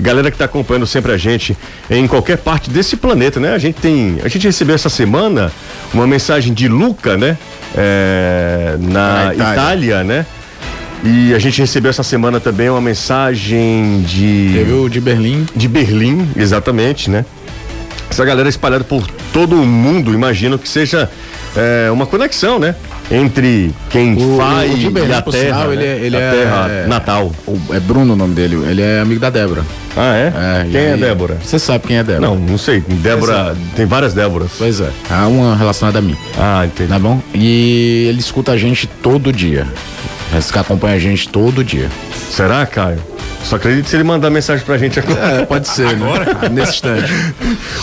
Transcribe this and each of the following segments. galera que está acompanhando sempre a gente em qualquer parte desse planeta, né? A gente tem, a gente recebeu essa semana uma mensagem de Luca, né? É, na, Na Itália. Itália. né? E a gente recebeu essa semana também uma mensagem de Teve o de Berlim. de Berlim, exatamente, né? Essa galera espalhada por todo o mundo, imagino que seja é, uma conexão, né? Entre quem O- faz o de Berlim, e a por terra, sinal, né? ele é- ele a é- terra natal. O- É Bruno o nome dele. Ele é amigo da Débora. Ah, é? e quem é aí- Débora? Você sabe quem é Débora. Não, não sei. Débora, tem várias Déboras. Pois é. Há uma relacionada a mim. Ah, entendi. Tá bom? E ele escuta a gente todo dia. Esse cara acompanha a gente todo dia. Será, Caio? Só acredito se ele mandar mensagem pra gente agora. É, pode ser, Agora? Nesse instante.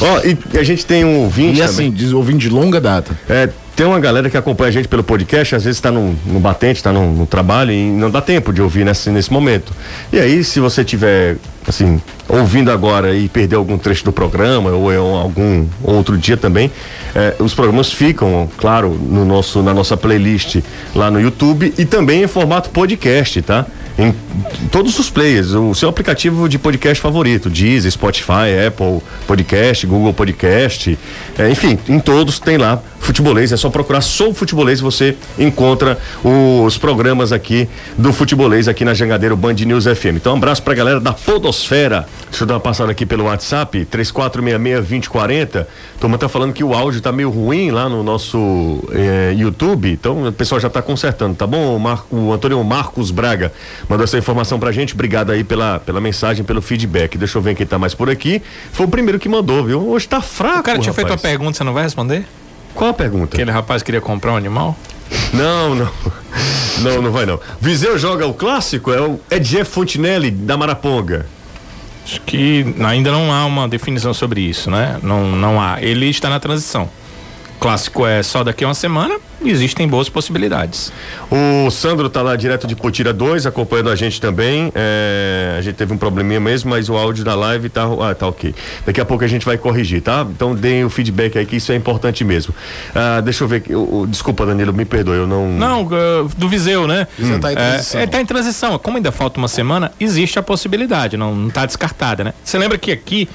Ó, e a gente tem um ouvinte E também. assim, diz, ouvindo de longa data. É, tem uma galera que acompanha a gente pelo podcast, às vezes está no, no batente, está no, no trabalho e não dá tempo de ouvir nesse, nesse momento. E aí, se você tiver assim, ouvindo agora e perder algum trecho do programa ou, é um- algum outro dia também, é, os programas ficam, claro, no nosso, na nossa playlist lá no YouTube e também em formato podcast, tá? Em todos os players, o seu aplicativo de podcast favorito, Deezer, Spotify, Apple Podcast, Google Podcast, é, enfim, em todos tem lá Futebolês, é só procurar Sou Futebolês e você encontra os programas aqui do Futebolês aqui na Jangadeiro Band News FM. Então, um abraço pra galera da Podosfera. Deixa eu dar uma passada aqui pelo WhatsApp, 3466-2040. Turma tá falando que o áudio tá meio ruim lá no nosso eh, YouTube, então o pessoal já tá consertando, tá bom? O, Mar- o Antônio Marcos Braga mandou essa informação pra gente, obrigado aí pela, pela mensagem, pelo feedback. Deixa eu ver quem tá mais por aqui. Foi o primeiro que mandou, viu? Hoje tá fraco, O cara tinha feito uma rapaz. pergunta, você não vai responder? Qual a pergunta? Aquele rapaz queria comprar um animal? Não, não. Não, não vai não. Viseu joga o clássico? É o Edie Fontinelli da Maraponga. Acho que ainda não há uma definição sobre isso, né? Não, não há. Ele está na transição. Clássico é só daqui a uma semana, existem boas possibilidades. O Sandro tá lá direto de Potira 2, acompanhando a gente também. É, a gente teve um probleminha mesmo, mas o áudio da live tá, ah, tá ok. Daqui a pouco a gente vai corrigir, tá? Então deem o feedback aí que isso é importante mesmo. Ah, deixa eu ver. aqui. O- o- desculpa, Danilo, me perdoe, eu não. Não, uh, do Viseu, né? Hum. Viseu tá em É, transição. É, tá em transição. Como ainda falta uma semana, existe a possibilidade, não, não tá descartada, né? Você lembra que aqui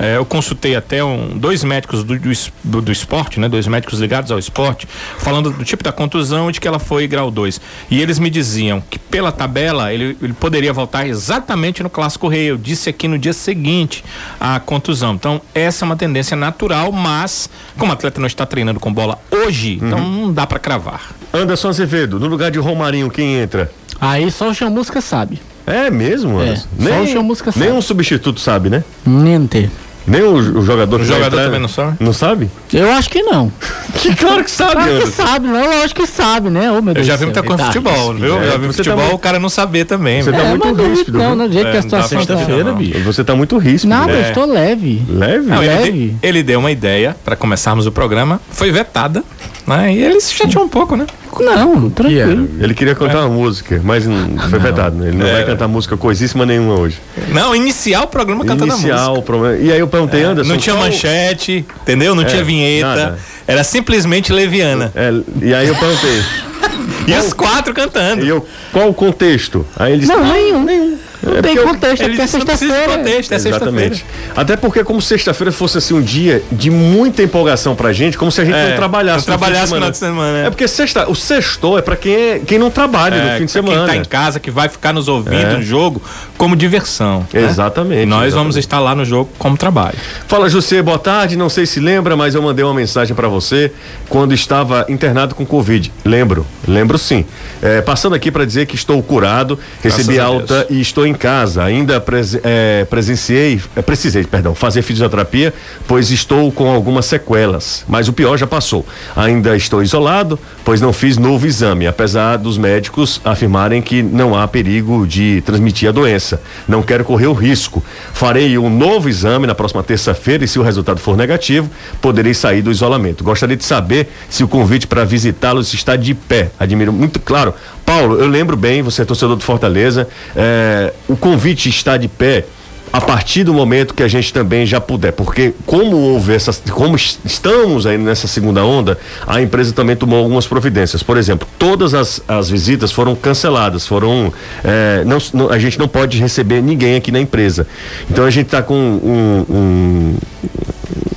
é, eu consultei até um- dois médicos do, do es- do- do esporte, né? Dois médicos ligados ao esporte, falando do tipo da contusão e de que ela foi grau 2. E eles me diziam que pela tabela ele, ele poderia voltar exatamente no Clássico Rei. Eu disse aqui no dia seguinte a contusão. Então, essa é uma tendência natural, mas como o atleta não está treinando com bola hoje, então Uhum. não dá para cravar. Anderson Azevedo, no lugar de Romarinho, quem entra? Aí só o Chamusca sabe. É mesmo, Anderson? só o Chamusca sabe. Nenhum substituto sabe, né? Mente. Nem o, o jogador. que vai jogador entrar, também né? não sabe? Não sabe? Eu acho que não. Que claro que sabe, Claro que Anderson. sabe, não, lógico que sabe, né? Ô, meu Eu Deus já do vi muita céu. coisa de Tá. futebol, né? viu? Eu já vi é Você futebol, tá mu- o cara não saber também. Você tá É, muito mas duvido ríspido, viu? Não, do jeito É, que a não dá situação pra É. tá. duvidar, não. Você tá muito ríspido. Nada, né? eu estou leve. Leve? Não, ele, Leve. de- ele deu uma ideia pra começarmos o programa, foi vetada, né? E ele se chateou um pouco, né? Não, E é, era. tranquilo. Ele queria cantar uma música, mas não Ah, foi vetado. né? Ele não É. vai cantar música coisíssima nenhuma hoje. Não, iniciar o programa cantando a música. É, Inicial, problema. E aí eu perguntei, Anderson. Não tinha qual- É, manchete, entendeu? Não tinha vinheta. nada. Era simplesmente leviana. É, e aí eu perguntei. E os quatro cantando. E eu, qual o contexto? Aí ele disse. Não, é nenhum, nenhum. Não tem contexto, é Ele porque é disse, não precisa de sexta-feira. contexto, é sexta-feira. "Ah, Exatamente. Até porque, como sexta-feira fosse assim um dia de muita empolgação pra gente, como se a gente É, não trabalhasse. não no fim de trabalhasse no final de semana, é. É porque sexta, o sextou é pra quem, é- quem não trabalha É, no fim de pra semana. Quem tá em casa, que vai ficar nos ouvindo É. no jogo como diversão. né? Exatamente, E nós exatamente. vamos estar lá no jogo como trabalho. Fala, José, boa tarde. Não sei se lembra, mas eu mandei uma mensagem pra você quando estava internado com Covid. Lembro, lembro sim. É, passando aqui pra dizer que estou curado, recebi Graças a alta e estou em casa. Ainda prese- é, presenciei, é, precisei, perdão, fazer fisioterapia, pois estou com algumas sequelas. Mas o pior já passou. Ainda estou isolado, pois não fiz novo exame, apesar dos médicos afirmarem que não há perigo de transmitir a doença. Não quero correr o risco. Farei um novo exame na próxima terça-feira e, se o resultado for negativo, poderei sair do isolamento. Gostaria de saber se o convite para visitá-los está de pé. Admiro muito, claro. Paulo, eu lembro bem, você é torcedor do Fortaleza, é, o convite eh, está de pé a partir do momento que a gente também já puder, porque como houve essas, como es- estamos aí nessa segunda onda, a empresa também tomou algumas providências. Por exemplo, todas as, as visitas foram canceladas, foram eh, não s- não- a gente não pode receber ninguém aqui na empresa. Então a gente está com um,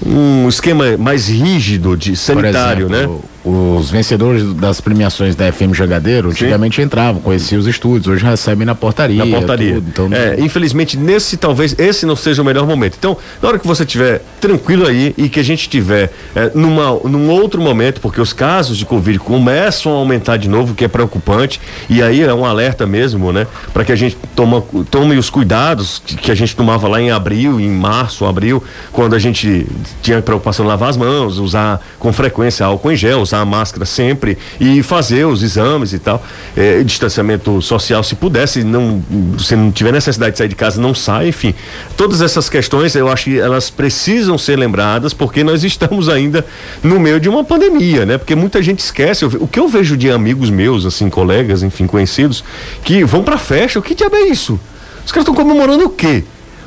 um, um esquema mais rígido de Por sanitário, né? exemplo, Os vencedores das premiações da FM Jogadeiro antigamente entravam, conheciam os estúdios, hoje recebem na portaria. na portaria. tudo, então, É, infelizmente, nesse talvez esse não seja o melhor momento. Então, na hora que você estiver tranquilo aí e que a gente estiver é, numa, num outro momento, porque os casos de Covid começam a aumentar de novo, o que é preocupante, e aí é um alerta mesmo, né? Para que a gente toma, tome os cuidados que, que a gente tomava lá em abril, em março, abril, quando a gente tinha preocupação em lavar as mãos, usar com frequência álcool em gel, usar a máscara sempre e fazer os exames e tal. É, distanciamento social, se pudesse, não, se não tiver necessidade de sair de casa, não sai, enfim. Todas essas questões, eu acho que elas precisam ser lembradas, porque nós estamos ainda no meio de uma pandemia, né? Porque muita gente esquece. Eu ve- o que eu vejo de amigos meus, assim, colegas, enfim, conhecidos, que vão pra festa, o que diabo é isso? Os caras estão comemorando o quê?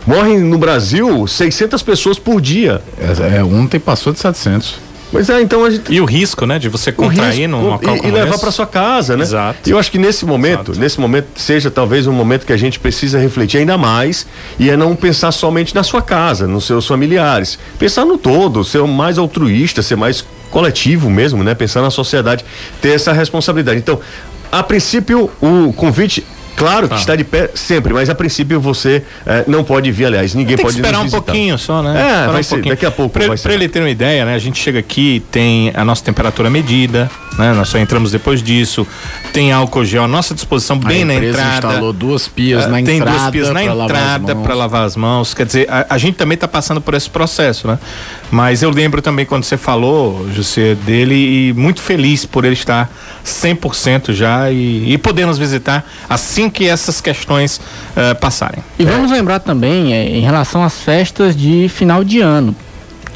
Morrem no Brasil 600 pessoas por dia. é, é, ontem passou de 700. Mas é, então a gente E o risco, né, de você o contrair risco, num local e, como e levar esse. para sua casa, né? Exato. E eu acho que nesse momento, Exato. nesse momento seja talvez um momento que a gente precisa refletir ainda mais e é não pensar somente na sua casa, nos seus familiares, pensar no todo, ser mais altruísta, ser mais coletivo mesmo, né? Pensar na sociedade, ter essa responsabilidade. Então, a princípio, o convite Claro Ah. que está de pé sempre, mas a princípio você eh, não pode vir, aliás, ninguém Tem que pode nos esperar um visitar. pouquinho só, né? É, vai Esperar um ser, pouquinho. daqui a pouco Pra, vai ser. pra ele ter uma ideia, né? A gente chega aqui, tem a nossa temperatura medida, né? Nós só entramos depois disso. Tem álcool gel à nossa disposição, bem a na empresa entrada. instalou duas pias Ah, na tem entrada. duas pias na pra lavar as entrada mãos. para lavar as mãos. Quer dizer, a, a gente também está passando por esse processo, né? Mas eu lembro também quando você falou, José, dele e muito feliz por ele estar 100% já e, e poder nos visitar assim que essas questões eh, passarem. E vamos lembrar também é, em relação às festas de final de ano.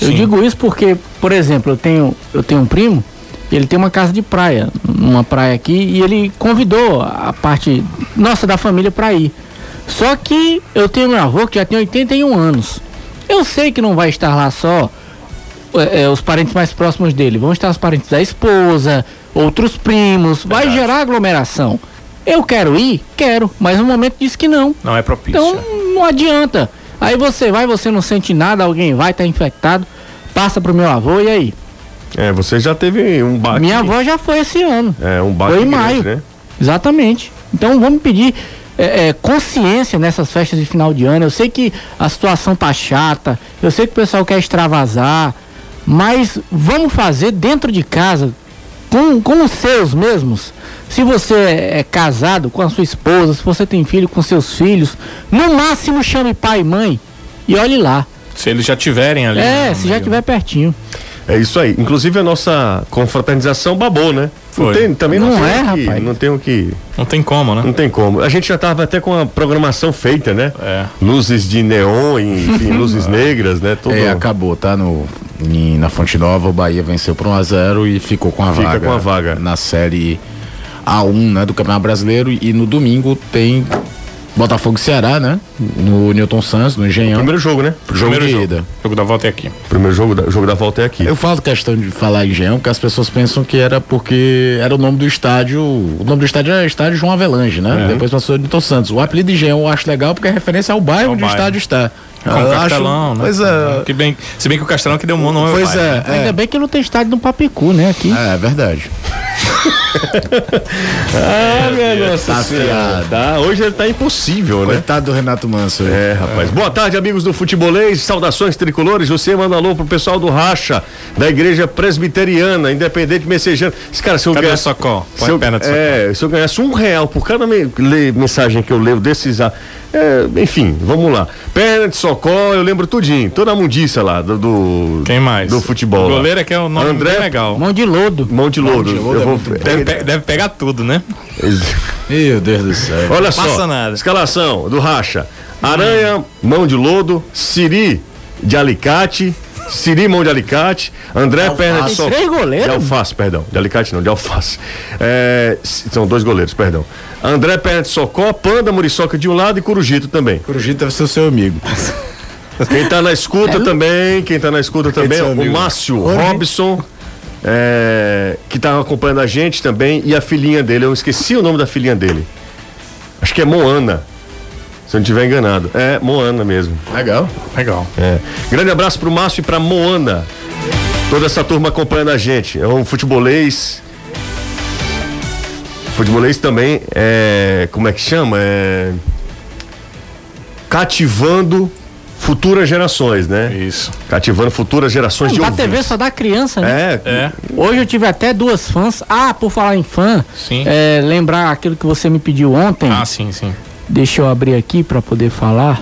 Eu Sim. digo isso porque, por exemplo, eu tenho, eu tenho um primo, ele tem uma casa de praia, numa praia aqui, e ele convidou a parte nossa da família para ir. Só que eu tenho meu avô que já tem 81 anos. Eu sei que não vai estar lá só é, é, os parentes mais próximos dele. Vão estar os parentes da esposa, outros primos. Vai gerar aglomeração. Eu quero ir? Quero, mas no momento diz que não. Não é propício. Então não adianta. Aí você vai, você não sente nada, alguém vai, tá infectado, passa pro meu avô e aí? É, você já teve um baque. Minha avó já foi esse ano. É, um baque Foi em grande, maio. né? Exatamente. Então vamos pedir é, é, consciência nessas festas de final de ano. Eu sei que a situação tá chata, eu sei que o pessoal quer extravasar, mas vamos fazer dentro de casa, com, com os seus mesmos. Se você é casado com a sua esposa, se você tem filho com seus filhos, no máximo chame pai e mãe e olhe lá. Se eles já tiverem ali. É, né, se já meio- tiver pertinho. É isso aí. Inclusive a nossa confraternização babou, né? Não Foi. tem, também não, Não tem é, o que- rapaz. Não tem o que. Não tem como, né? Não tem como. A gente já tava até com a programação feita, né? É. Luzes de neon, enfim, luzes negras, né? Tudo É, acabou, tá? No, em- na Fonte Nova, o Bahia venceu por 1x0 e ficou com a Fica vaga. com a vaga. Na série A1, né, do Campeonato Brasileiro. E no domingo tem Botafogo e Ceará, né? No Newton Santos, no Engenhão. Primeiro jogo, né? jogo Primeiro de jogo. ida. O jogo da volta é aqui. Primeiro jogo da, jogo da volta é aqui. Eu falo questão de falar Engenhão, porque as pessoas pensam que era porque era o nome do estádio. O nome do estádio era estádio João Avelange, né? É. Depois passou Newton Santos. O apelido Engenhão eu acho legal porque é referência ao bairro Ao onde o um bairro. estádio está. Com Ah, Eu o acho- Castelão, né? Pois é. Que bem, se bem que o Castelão que deu um nome. ao Pois bairro. é. Ainda é. bem que não tem estádio no Papicu, né? Aqui. É, é verdade. Ah, minha nossa Tá senhora. afiado. Tá, hoje ele tá impossível, né? Coitado do Renato Manso. É, rapaz. Boa tarde, amigos do Futebolês. Saudações tricolores. Você manda alô pro pessoal do Racha, da Igreja Presbiteriana, Independente Messejana. Esse cara, se eu Cadê ganhar- o Socó? Se Põe eu, a perna do Socó. é, se eu ganhasse um real por cada me- le- mensagem que eu leio desses. ah, é, enfim, vamos lá. Perna de Socó, eu lembro tudinho. Toda a mundiça lá do. do- Quem mais? Do futebol. O lá. goleiro é que é o nome André- bem legal. Mão de lodo. Mão de louro. de louro Eu é vou- muito deve- Deve, pe- deve pegar tudo, né? Meu Deus do céu. Olha Passa só. nada. Escalação do Racha. Aranha, mão de lodo, Siri de alicate. Siri, mão de alicate, André Perna de Tem Socó. três goleiros? De alface, perdão. De alicate não, de alface. É, s- são dois goleiros, perdão. André Perna de Socó, Panda, Muriçoca de um lado e Curujito também. Corujito deve ser o seu amigo. Quem tá na É. escuta também, quem tá na escuta também, É seu ó, o amigo? Márcio Oi. Robson, é, que tá acompanhando a gente também, e a filhinha dele, eu esqueci o nome da filhinha dele. Acho que é Moana, se eu não estiver enganado. É, Moana mesmo. Legal. Legal. É. Grande abraço pro Márcio e pra Moana. Toda essa turma acompanhando a gente. É um futebolês. Futebolês também é. Como é que chama? É. Cativando futuras gerações, né? é Isso. Cativando futuras gerações de Na ouvintes. TV só dá criança, né? É, É. Hum. Hoje eu tive até duas fãs. Ah, por falar em fã, Sim. é, lembrar aquilo que você me pediu ontem. Ah, sim, sim. Deixa eu abrir aqui pra poder falar.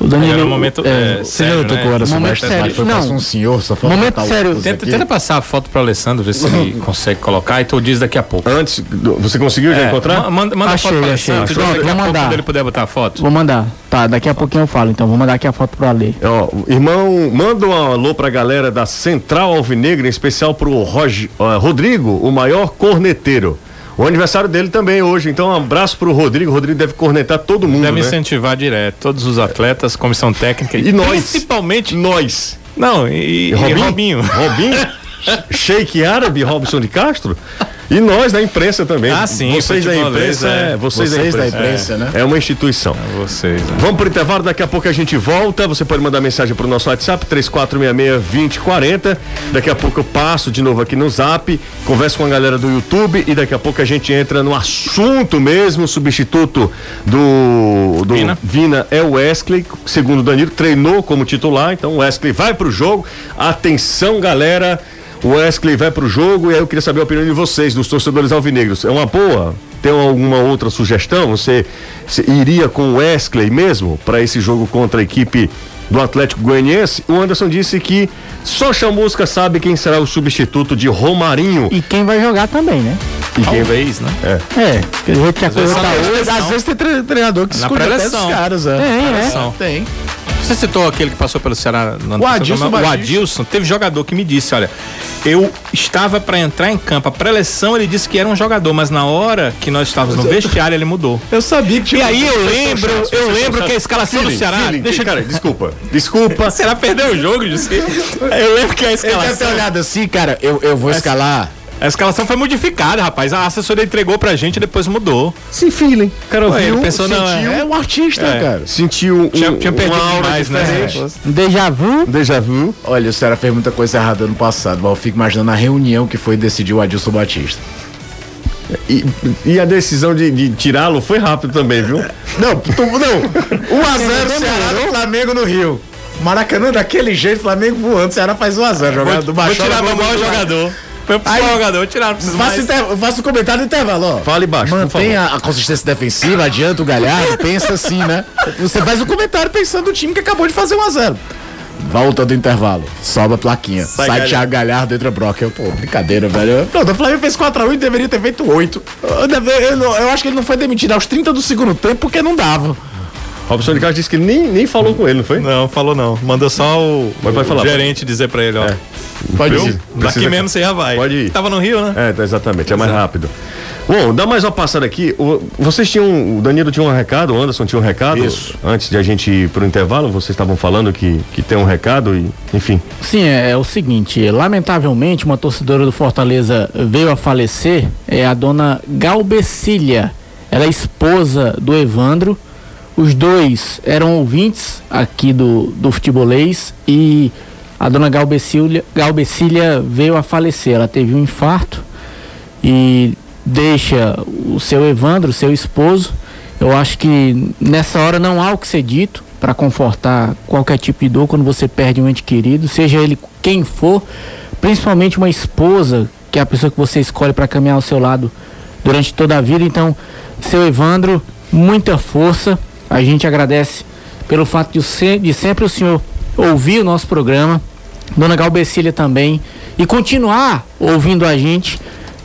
O Era um momento. É, Você já sério, notou né? que o Anderson Momento Bastos sério. foi Não. passar um senhor, só falou Momento sério. Tenta, tenta passar a foto pro Alessandro, ver se ele Hum. consegue colocar, e tu diz daqui a pouco. É. antes. do- Você conseguiu já É, encontrar? ma- Manda, manda Achei, a foto pra achei. Alessandro, tu diz Pronto, daqui a vou pouco mandar. quando ele puder botar a foto. Vou mandar. Tá, daqui a pouquinho eu falo, então. Vou mandar aqui a foto pro Ale. É, Ó, irmão, manda um alô pra galera da Central Alvinegra, em especial pro Rog... ó, Rodrigo, o maior corneteiro. O aniversário dele também hoje, então um abraço pro Rodrigo. O Rodrigo deve cornetar todo mundo, né? Deve incentivar direto todos os atletas, comissão técnica E nós. Principalmente. Nós. Não, e, e Robinho. Robinho? Sheik Árabe, Robson de Castro? E nós da imprensa também. Ah, sim, Vocês da futebolês, imprensa, é. é, vocês, Vocês, da da imprensa. imprensa, né? É uma instituição. Vocês, né? Vamos pro intervalo, daqui a pouco a gente volta. Você pode mandar mensagem pro nosso WhatsApp, 3466-2040. Daqui a pouco eu passo de novo aqui no zap, converso com a galera do YouTube e daqui a pouco a gente entra no assunto mesmo. O substituto do, do Vina. Vina é o Wesley, segundo o Danilo, treinou como titular, então o Wesley vai pro jogo. Atenção, galera. O Wesley vai pro jogo e aí eu queria saber a opinião de vocês, dos torcedores alvinegros. É uma boa? Tem alguma outra sugestão? Você, você iria com o Wesley mesmo para esse jogo contra a equipe do Atlético Goianiense? O Anderson disse que só Chamusca sabe quem será o substituto de Romarinho. E quem vai jogar também, né? E quem vai- Talvez, né? É, porque do jeito que a coisa só tá tem- hoje. Às vezes tem tre- treinador que Na escolhe até os preleção. caras, é. Tem, né? Preleção. Tem. Você citou aquele que passou pelo Ceará no ano O passado, Adilson não? o Batista. Adilson. Teve jogador que me disse: olha, eu estava para entrar em campo. A preleção ele disse que era um jogador, mas na hora que nós estávamos no vestiário ele mudou. Eu sabia que tinha. um- E aí eu lembro, eu lembro que a escalação do Feeling, Ceará. feeling. Deixa Cara, desculpa. Desculpa. o Ceará perdeu o jogo, disse. Eu lembro que a Ele deve ter escalação. olhado assim, cara, eu, eu vou escalar. A escalação foi modificada, rapaz. A assessoria entregou pra gente e depois mudou. Se feeling. Cara, Ué, ouviu, ele pensou, não, sentiu, É um artista, É. cara. sentiu um, Tinha, tinha perdido uma aura demais, né? diferente. Déjà vu. Déjà vu. Olha, o Ceará fez muita coisa errada ano passado, mas eu fico imaginando a reunião que foi decidir o Adilson Batista. E, e a decisão de, de tirá-lo foi rápido também, viu? Não, tu, não. 1x0 Ceará do Flamengo no Rio. Maracanã é daquele jeito, Flamengo voando, Ceará faz 1x0, jogado do Vou baixo. tirar meu maior jogador. Meu principal Aí- jogador, tiraram, preciso Faça mais. inter- faça o comentário do intervalo, ó. Fale baixo, por Mantenha a consistência defensiva, adianta o Galhardo, pensa assim, né? Você faz o comentário pensando no time que acabou de fazer 1x0. Volta do intervalo, sobe a plaquinha. Sai, Galhardo. Thiago Galhardo, entra Brock. Eu, pô, brincadeira, velho. Pronto, o Flamengo fez 4x1 e deveria ter feito 8. Eu, deve- eu não- eu acho que ele não foi demitido aos 30 do segundo tempo porque não dava. Robson de Castro disse que ele nem, nem falou com ele, não foi? Não, falou não. Mandou só o, Mas pode o falar. gerente dizer pra ele, ó. Pode Viu? ir. Daqui Precisa- mesmo você já vai. Pode ir. Tava no Rio, né? É, tá, exatamente, é mais rápido. Bom, dá mais uma passada aqui. O- vocês tinham. O Danilo tinha um recado, o Anderson tinha um recado. Isso. Antes de a gente ir pro intervalo, vocês estavam falando que, que tem um recado e, enfim. Sim, é, é o seguinte, lamentavelmente uma torcedora do Fortaleza veio a falecer, é a dona Galbecília, ela é esposa do Evandro, os dois eram ouvintes aqui do, do futebolês e a dona Galbecília, Galbecília veio a falecer, ela teve um infarto e deixa o seu Evandro, seu esposo. Eu acho que nessa hora não há o que ser dito para confortar qualquer tipo de dor quando você perde um ente querido, seja ele quem for, principalmente uma esposa, que é a pessoa que você escolhe para caminhar ao seu lado durante toda a vida. Então, seu Evandro, muita força. A gente agradece pelo fato de, o se- de sempre o senhor ouvir o nosso programa, Dona Galbecília também, e continuar ouvindo a gente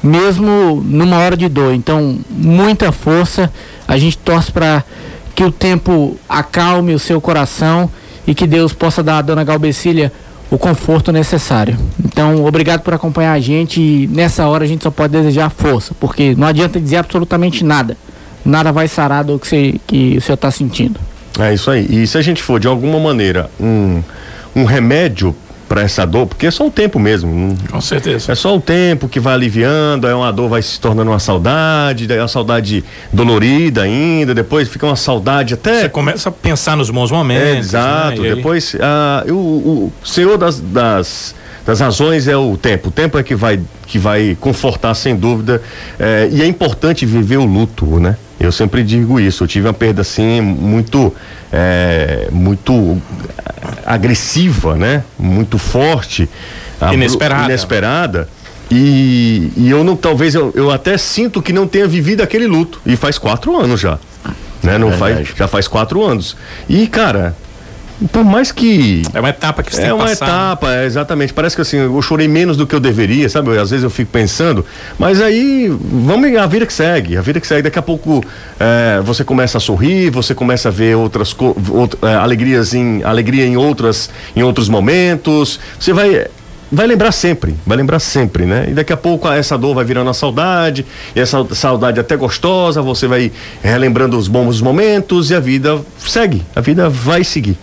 mesmo numa hora de dor. Então, muita força. A gente torce para que o tempo acalme o seu coração e que Deus possa dar à dona Galbecília o conforto necessário. Então, obrigado por acompanhar a gente e nessa hora a gente só pode desejar força, porque não adianta dizer absolutamente nada. nada vai sarar do que você que você está sentindo. É isso aí. E se a gente for de alguma maneira um, um remédio para essa dor, porque é só o tempo mesmo. não- Com certeza. É só o tempo que vai aliviando, aí uma dor vai se tornando uma saudade, daí uma saudade dolorida ainda, depois fica uma saudade até. Você começa a pensar nos bons momentos. É, né? exato. E aí- Depois, ah, eu- o, o senhor das, das, das razões é o tempo. O tempo é que vai, que vai confortar, sem dúvida. É, e é importante viver o luto, né? Eu sempre digo isso. Eu tive uma perda assim, muito. é, muito agressiva, né? Muito forte. abru- Inesperada. Inesperada. E, e eu não, talvez eu, eu até sinto que não tenha vivido aquele luto. E faz quatro anos já. Né? Não faz, Verdade. já faz quatro anos. E, cara, por mais que. É uma etapa que você É tem que uma passar. né? etapa, é, exatamente. Parece que assim, eu chorei menos do que eu deveria, sabe? Eu, Às vezes eu fico pensando, mas aí vamos a vida que segue, a vida que segue. Daqui a pouco é, você começa a sorrir, você começa a ver outras co- out- é, alegrias em alegria em outras em outros momentos. Você vai vai lembrar sempre, vai lembrar sempre, né? E daqui a pouco ah, essa dor vai virando a saudade, e essa saudade até gostosa, você vai relembrando os bons momentos e a vida segue, a vida vai seguir.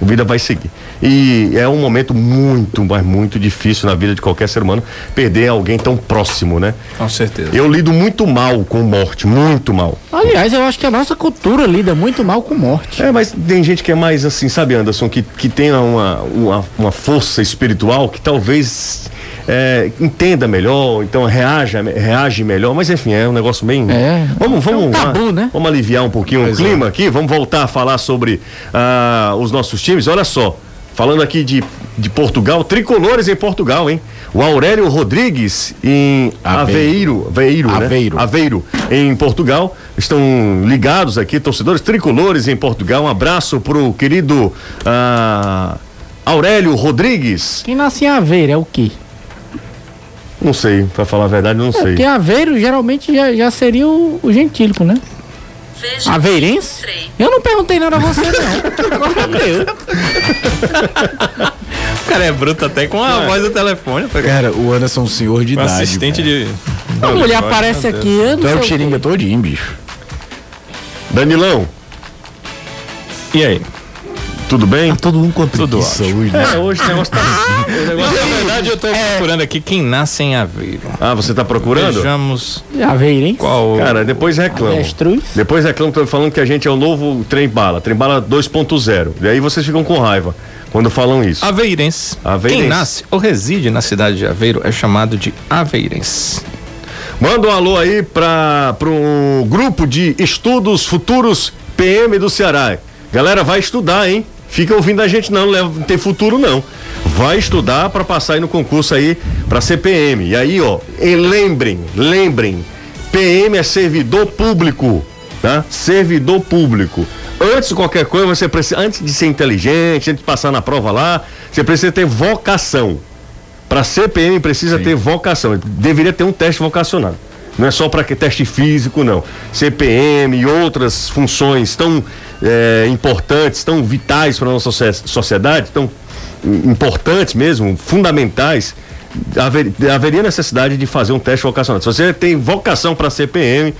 A vida vai seguir. E é um momento muito, mas muito difícil na vida de qualquer ser humano perder alguém tão próximo, né? Com certeza. Eu lido muito mal com morte, muito mal. Aliás, eu acho que a nossa cultura lida muito mal com morte. É, mas tem gente que é mais assim, sabe, Anderson, que, que tem uma, uma, uma força espiritual que talvez é, entenda melhor, então reaja, reage melhor, mas enfim, é um negócio bem. É. Vamos, vamos. um tabu, ah, né? Vamos aliviar um pouquinho é. o clima aqui, vamos voltar a falar sobre ah, os nossos times. Olha só, falando aqui de, de Portugal, tricolores em Portugal, hein? O Aurélio Rodrigues em Aveiro, Aveiro. Aveiro, né? Aveiro. Aveiro, em Portugal. Estão ligados aqui, torcedores tricolores em Portugal. Um abraço pro querido ah, Aurélio Rodrigues. Quem nasce em Aveiro é o quê? Não sei, pra falar a verdade, não É, sei. porque Aveiro geralmente já, já seria o, o gentílico, né? Veja. Aveirense? Eu não perguntei nada a você, não. Agora eu. O cara é bruto até com a voz do telefone. pô. Cara, o Anderson é um senhor de Um idade. assistente cara. de. A mulher aparece aqui, eu Tu é o não sei o quê. Tiringa todinho, bicho. Danilão, E aí? tudo bem? Tá Todo mundo contra Tudo isso hoje, né? hoje o negócio tá. Na verdade, eu tô procurando aqui quem nasce em Aveiro. Ah, você tá procurando? Vejamos Aveirense? qual. Cara, depois reclamam. Avestruz? Depois reclamam tão falando que a gente é o novo trem bala, trem bala 2.0. E aí vocês ficam com raiva quando falam isso. Aveirense. Aveirense. Quem nasce ou reside na cidade de Aveiro é chamado de Aveirense. Manda um alô aí para pro grupo de estudos futuros PM do Ceará. Galera, vai estudar, hein? Fica ouvindo a gente não, não leva- não tem futuro não. Vai estudar para passar aí no concurso aí para CPM. E aí, ó, e lembrem, lembrem, PM é servidor público, tá? Servidor público. Antes de qualquer coisa, você precisa, antes de ser inteligente, antes de passar na prova lá, você precisa ter vocação. Para CPM precisa ter vocação. Deveria ter um teste vocacional. Não é só para teste físico, não. CPM e outras funções tão eh, importantes, tão vitais para a nossa socie- sociedade, tão im- importantes mesmo, fundamentais. haver- haveria necessidade de fazer um teste vocacional. Se você tem vocação para CPM,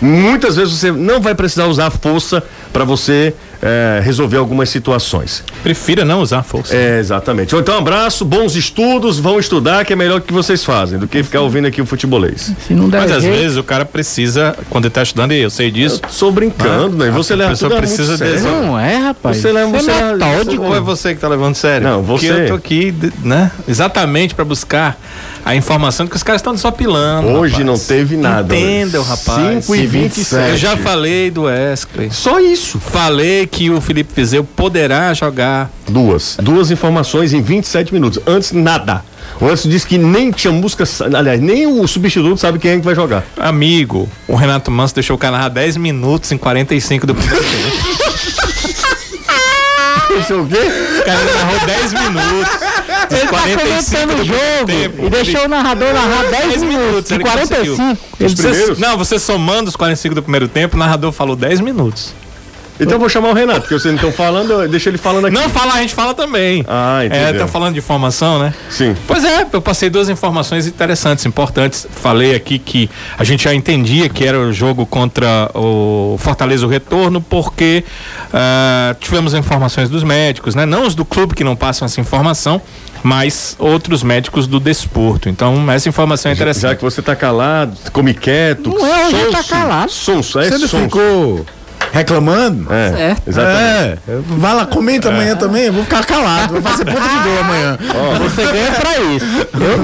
muitas vezes você não vai precisar usar a força para você eh, resolver algumas situações. Prefira não usar força. É, exatamente. Então, um abraço, bons estudos, vão estudar, que é melhor que vocês fazem, do que ficar ouvindo aqui o futebolês. Se não der Mas às jeito, vezes o cara precisa, quando ele tá estudando, e eu sei disso. Sou brincando, né? E Você A leva pessoa tudo é precisa muito sério. desenhar. Não é, rapaz. Você leva- Isso você é leva- metódico. Ou é você que tá levando sério? Não, Porque você. eu tô aqui, de- né? Exatamente pra buscar a informação que os caras estão só pilando. Hoje rapaz. não teve nada. Entendam, rapaz. 5 e 27. Eu 27. já falei do Wesley. Só isso. Falei que o Felipe Vizeu poderá jogar. Duas. Duas informações em 27 minutos. Antes, nada. O Antes disse que nem tinha música. Aliás, nem o substituto sabe quem é que vai jogar. Amigo, o Renato Manso deixou o cara narrar 10 minutos em 45 do primeiro tempo. Isso é o quê? O cara narrou 10 minutos. Ele tá comentando o jogo tempo. e deixou o narrador narrar 10 minutos e ele assim, 45. conseguiu. Ele primeiros? Você, não, você somando os 45 do primeiro tempo, o narrador falou 10 minutos. Então eu vou chamar o Renato, porque vocês não estão falando, deixa ele falando aqui. Não falar, a gente fala também. Ah, entendeu. É, tá falando de informação, né? Sim. Pois é, eu passei duas informações interessantes, importantes. Falei aqui que a gente já entendia que era o jogo contra o Fortaleza o Retorno, porque ah, tivemos informações dos médicos, né? Não os do clube que não passam essa informação, mas outros médicos do desporto. Então, essa informação é interessante. Já que você tá calado, come quieto. Não é, hoje tá calado. Sonso, é Você não sonso. ficou reclamando? É, Certo. exatamente. É, vai lá, comenta amanhã também, eu vou ficar calado, vou fazer ponto de gol amanhã. Você ganha pra isso. Eu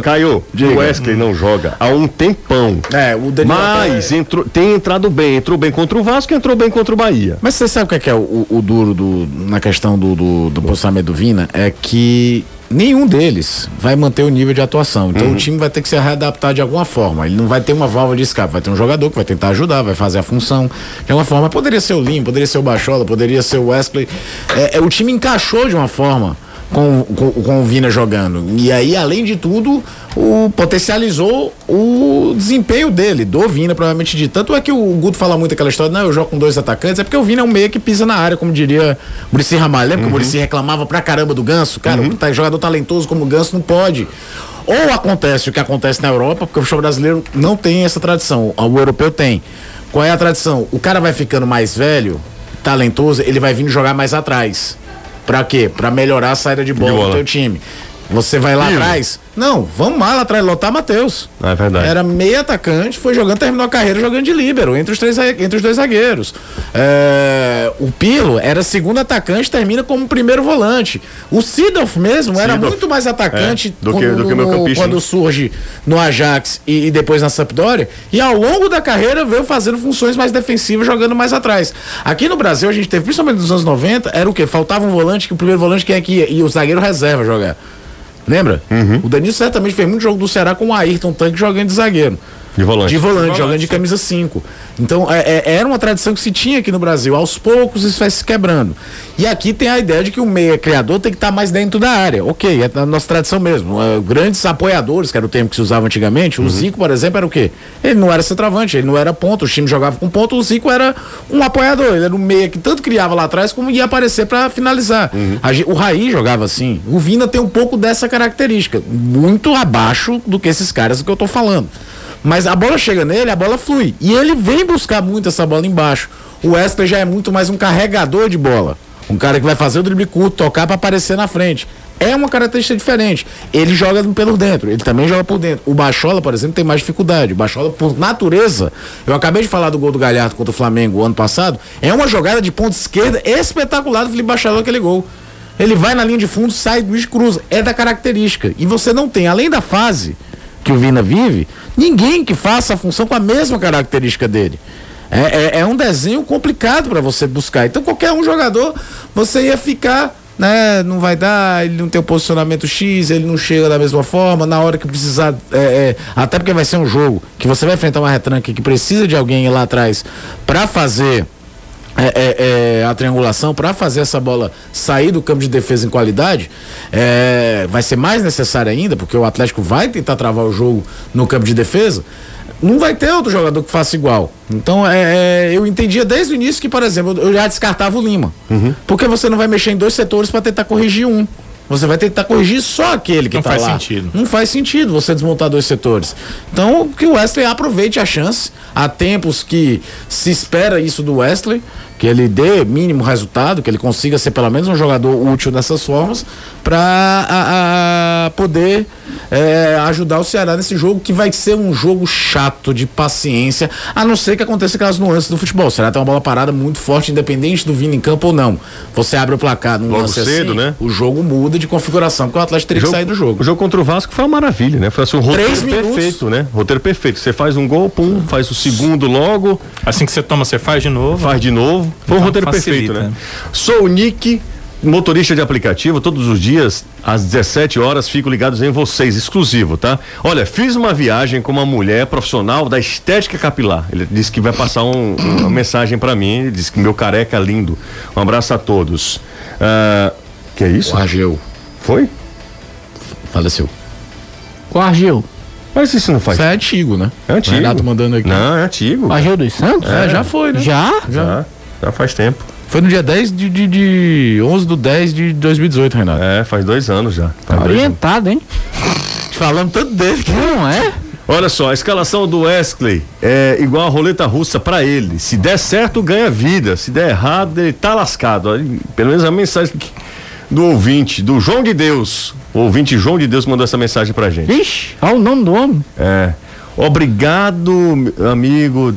Caio, o Wesley não joga há um tempão. É, o Daniel Mas entrou- tem entrado bem. Entrou bem contra o Vasco e entrou bem contra o Bahia. Mas você sabe o que é, que é o, o- o duro do- na questão do, do, do posicionamento do Vina? É que nenhum deles vai manter o nível de atuação. Então o time vai ter que se readaptar de alguma forma. Ele não vai ter uma válvula de escape. Vai ter um jogador que vai tentar ajudar, vai fazer a função de alguma forma. Poderia ser o Lim, poderia ser o Bachola, poderia ser o Wesley. É, é, o time encaixou de uma forma. Com, com, com o Vina jogando. E aí, além de tudo, o, potencializou o desempenho dele, do Vina, provavelmente de tanto é que o Guto fala muito aquela história, não, eu jogo com dois atacantes, é porque o Vina é um meia que pisa na área, como diria o Muricy Ramalho. Lembra que o Muricy reclamava pra caramba do Ganso? Cara, tá, jogador talentoso como o Ganso não pode. Ou acontece o que acontece na Europa, porque o futebol brasileiro não tem essa tradição, o europeu tem. Qual é a tradição? O cara vai ficando mais velho, talentoso, ele vai vindo jogar mais atrás. Pra quê? Pra melhorar a saída de bola, bola. do teu time. Você vai lá atrás? Não, vamos lá, lá atrás, lotar Matheus. É verdade. Era meio atacante, foi jogando, terminou a carreira jogando de líbero, entre os, três, zague- entre os dois zagueiros. É, o Pilo era segundo atacante, termina como primeiro volante. O Sidolf mesmo era Seedorf. muito mais atacante É, do que- do que o meu no- campista, quando né? surge no Ajax e, e depois na Sampdoria, e ao longo da carreira veio fazendo funções mais defensivas, jogando mais atrás. Aqui no Brasil, a gente teve, principalmente nos anos 90, era o quê? Faltava um volante, que o primeiro volante quem é que ia? E o zagueiro reserva jogar. Lembra? Uhum. O Danilo certamente fez muito jogo do Ceará com o Ayrton Tanque jogando de zagueiro. De volante. De volante, volante, jogando de camisa 5. Então, é- é- era uma tradição que se tinha aqui no Brasil. Aos poucos isso vai se quebrando. E aqui tem a ideia de que o meia criador tem que estar mais dentro da área. Ok, é da nossa tradição mesmo. É, grandes apoiadores, que era o termo que se usava antigamente. O Zico, por exemplo, era o quê? Ele não era centroavante, ele não era ponto. Os times jogavam com ponto. O Zico era um apoiador. Ele era um meia que tanto criava lá atrás como ia aparecer para finalizar. A gen- o Raí jogava assim. O Vina tem um pouco dessa característica. Muito abaixo do que esses caras que eu tô falando. Mas a bola chega nele, a bola flui. E ele vem buscar muito essa bola embaixo. O Wesley já é muito mais um carregador de bola. Um cara que vai fazer o drible curto, tocar para aparecer na frente. É uma característica diferente. Ele joga pelo dentro, ele também joga por dentro. O Bachola, por exemplo, tem mais dificuldade. O Bachola, por natureza, eu acabei de falar do gol do Galhardo contra o Flamengo ano passado, é uma jogada de ponta esquerda espetacular do Felipe Bachola aquele gol. Ele vai na linha de fundo, sai do bicho e cruza. É da característica. E você não tem, além da fase, que o Vina vive, ninguém que faça a função com a mesma característica dele. É, é- é um desenho complicado para você buscar. Então, qualquer um jogador, você ia ficar, né? Não vai dar, ele não tem o posicionamento X, ele não chega da mesma forma, na hora que precisar. é, é, até porque vai ser um jogo que você vai enfrentar uma retranca que precisa de alguém lá atrás para fazer é, é, é, a triangulação para fazer essa bola sair do campo de defesa em qualidade é, vai ser mais necessária ainda, porque o Atlético vai tentar travar o jogo no campo de defesa. Não vai ter outro jogador que faça igual. Então, é, é, eu entendia desde o início que, por exemplo, eu já descartava o Lima. Uhum. Porque você não vai mexer em dois setores para tentar corrigir um. Você vai tentar corrigir só aquele que Não tá faz lá. sentido. Não faz sentido você desmontar dois setores. Então, que o Wesley aproveite a chance. Há tempos que se espera isso do Wesley, que ele dê mínimo resultado, que ele consiga ser pelo menos um jogador útil nessas formas, para poder é, ajudar o Ceará nesse jogo, que vai ser um jogo chato de paciência, a não ser que aconteça aquelas nuances do futebol. O Ceará tem uma bola parada muito forte, independente do vindo em campo ou não. Você abre o placar num Logo lance cedo, assim, né? o jogo muda de configuração, porque o Atlético teria que sair do jogo. O jogo contra o Vasco foi uma maravilha, né? Foi assim, um roteiro Três minutos. perfeito, né? Roteiro perfeito. Você faz um gol, pum, faz o segundo logo, Assim que você toma, você faz de novo. faz de novo. Foi um Então, roteiro facilita. perfeito, né? Sou o Nick, motorista de aplicativo, todos os dias, às 17 horas, fico ligados em vocês, exclusivo, tá? Olha, fiz uma viagem com uma mulher profissional da estética capilar. Ele disse que vai passar um- uma mensagem pra mim, ele disse que meu careca é lindo. Um abraço a todos. Ah, que é isso? O Ageu Foi? faleceu. O Argil. Mas isso não faz. Isso é antigo, né? É antigo. O Renato mandando aqui. Não, é antigo. O Argil dos Santos? É, já foi, né? Já? Já. Já faz tempo. Foi no dia 10 de, de, de 11 do 10 de 2018, Renato. É, faz dois anos já. Faz dois anos. Orientado, hein? Te falamos tanto dele. que- Não é? Olha só, a escalação do Wesley é igual a roleta russa pra ele. Se der certo, ganha vida. Se der errado, ele tá lascado. Olha, Pelo menos a mensagem que- do ouvinte, do João de Deus. O ouvinte João de Deus mandou essa mensagem pra gente. Ixi, olha o nome do homem. É. Obrigado, amigo.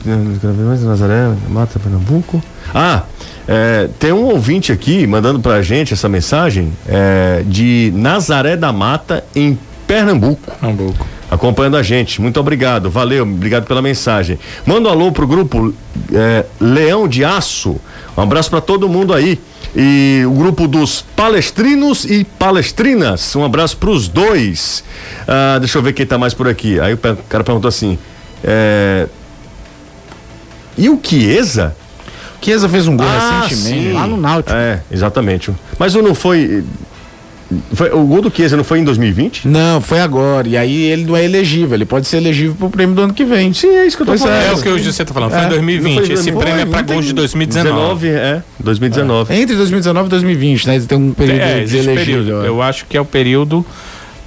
Nazaré, Mata Pernambuco. Ah, é, tem um ouvinte aqui mandando pra gente essa mensagem é, de Nazaré da Mata, em Pernambuco Pernambuco. acompanhando a gente. Muito obrigado, valeu, obrigado pela mensagem. Manda um alô pro grupo eh, Leão de Aço. Um abraço para todo mundo aí. E o grupo dos palestrinos e palestrinas. Um abraço pros dois. Ah, deixa eu ver quem tá mais por aqui. Aí o pe- cara perguntou assim: eh, E o Chiesa? É. Chiesa fez um gol Ah, recentemente. sim. Lá no Náutico. É, exatamente. Mas o não foi, foi- O gol do Chiesa não foi em 2020? Não, foi agora. E aí ele não é elegível. Ele pode ser elegível pro prêmio do ano que vem. Sim, é isso que eu tô Pois é, falando. É o que hoje você tá falando, foi É, em 2020. não foi em Esse 2020. prêmio é pra Não tem- gols de 19, 2019. é, 2019. Entre 2019 e 2020, né? Tem um período É, de existe elegível. período. Eu acho que é o período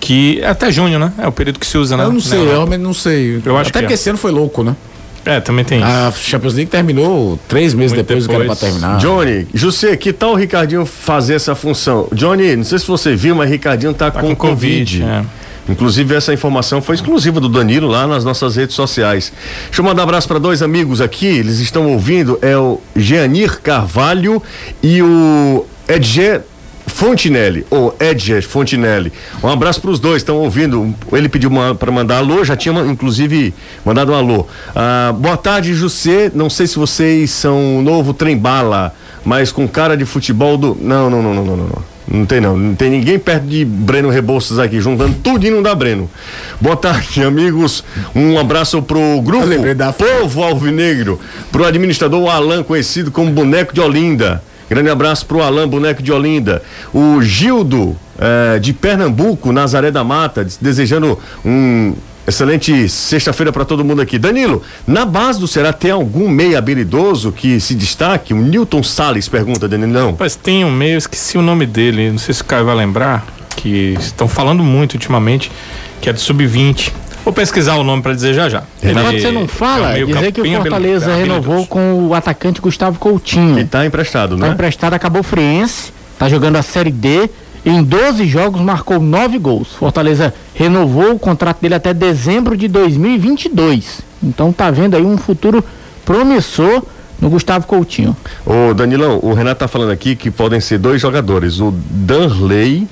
que. Até junho, né? É o período que se usa, né? Eu não sei, Na eu Europa. realmente não sei. Eu acho Até que é. porque esse ano foi louco, né? É, também tem isso. A Champions League terminou três meses Muito depois, do que era pra depois. terminar. Johnny, José, que tal o Ricardinho fazer essa função? Johnny, não sei se você viu, mas Ricardinho tá, com, com Covid. Covid, é. Inclusive, essa informação foi exclusiva do Danilo lá nas nossas redes sociais. Deixa eu mandar um abraço para dois amigos aqui, eles estão ouvindo, é o Jeanir Carvalho e o Edger Fontinelli, ou Edger Fontinelli. Um abraço para os dois, estão ouvindo. Ele pediu para mandar alô, já tinha inclusive mandado um alô. Ah, boa tarde, Jussê. Não sei se vocês são o novo Trembala, mas com cara de futebol do. Não, não, não, não, não, não. não. Não tem não, não tem ninguém perto de Breno Rebouças aqui, juntando tudo e não dá Breno. Boa tarde, amigos. Um abraço pro grupo Eu lembrei da Povo Alvinegro, pro administrador Alan, conhecido como Boneco de Olinda. Grande abraço pro Alan, Boneco de Olinda. O Gildo, eh, de Pernambuco, Nazaré da Mata, des- desejando um excelente sexta-feira para todo mundo aqui. Danilo, na base do Será tem algum meia habilidoso que se destaque? O Newton Salles pergunta, Danilo. Não. Mas tem um meio, eu esqueci o nome dele, não sei se o Caio vai lembrar, que estão falando muito ultimamente, que é do Sub-20. Vou pesquisar o nome pra dizer já já. Enquanto Ele você não é um fala, meio dizer que o campinho Fortaleza habili- renovou habilidoso. com o atacante Gustavo Ele Coutinho. tá emprestado, Tá né? emprestado a Cabo Friense, tá jogando a Série D. Em 12 jogos marcou 9 gols. Fortaleza renovou o contrato dele até dezembro de 2022. Então tá vendo aí um futuro promissor no Gustavo Coutinho. Ô Danilão, o Renato tá falando aqui que podem ser dois jogadores, o Danley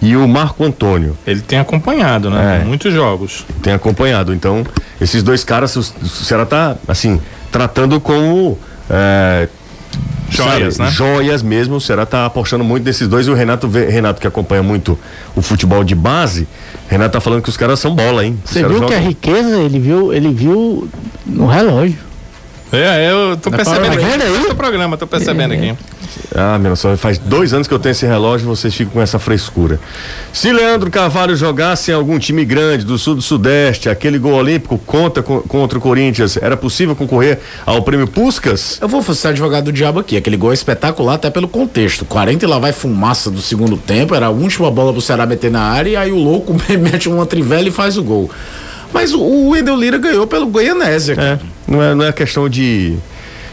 e o Marco Antônio. Ele tem acompanhado, né? É. Muitos jogos. Tem acompanhado. Então, esses dois caras, o o Ceará tá, assim, tratando como. é, Joias, né? Joias mesmo. O Ceará tá apostando muito nesses dois. E o Renato, vê- Renato que acompanha muito o futebol de base, Renato tá falando que os caras são bola, hein? Os Você caras viu que a jogam. riqueza ele viu, ele viu no relógio. É, eu tô percebendo Tá aqui. vendo aí? Esse é o programa, tô percebendo aqui. Ah, meu só faz dois anos que eu tenho esse relógio e vocês ficam com essa frescura. Se Leandro Carvalho jogasse em algum time grande do sul do sudeste, aquele gol olímpico contra, co- contra o Corinthians, era possível concorrer ao prêmio Puscas? Eu vou ser advogado do diabo aqui. Aquele gol é espetacular, até pelo contexto. 40 e lá vai fumaça do segundo tempo. Era a última bola pro Ceará meter na área. E aí o louco mete uma trivela e faz o gol. Mas o, o Wendel Lira ganhou pelo Goianésia. cara. É, não é, não é questão de.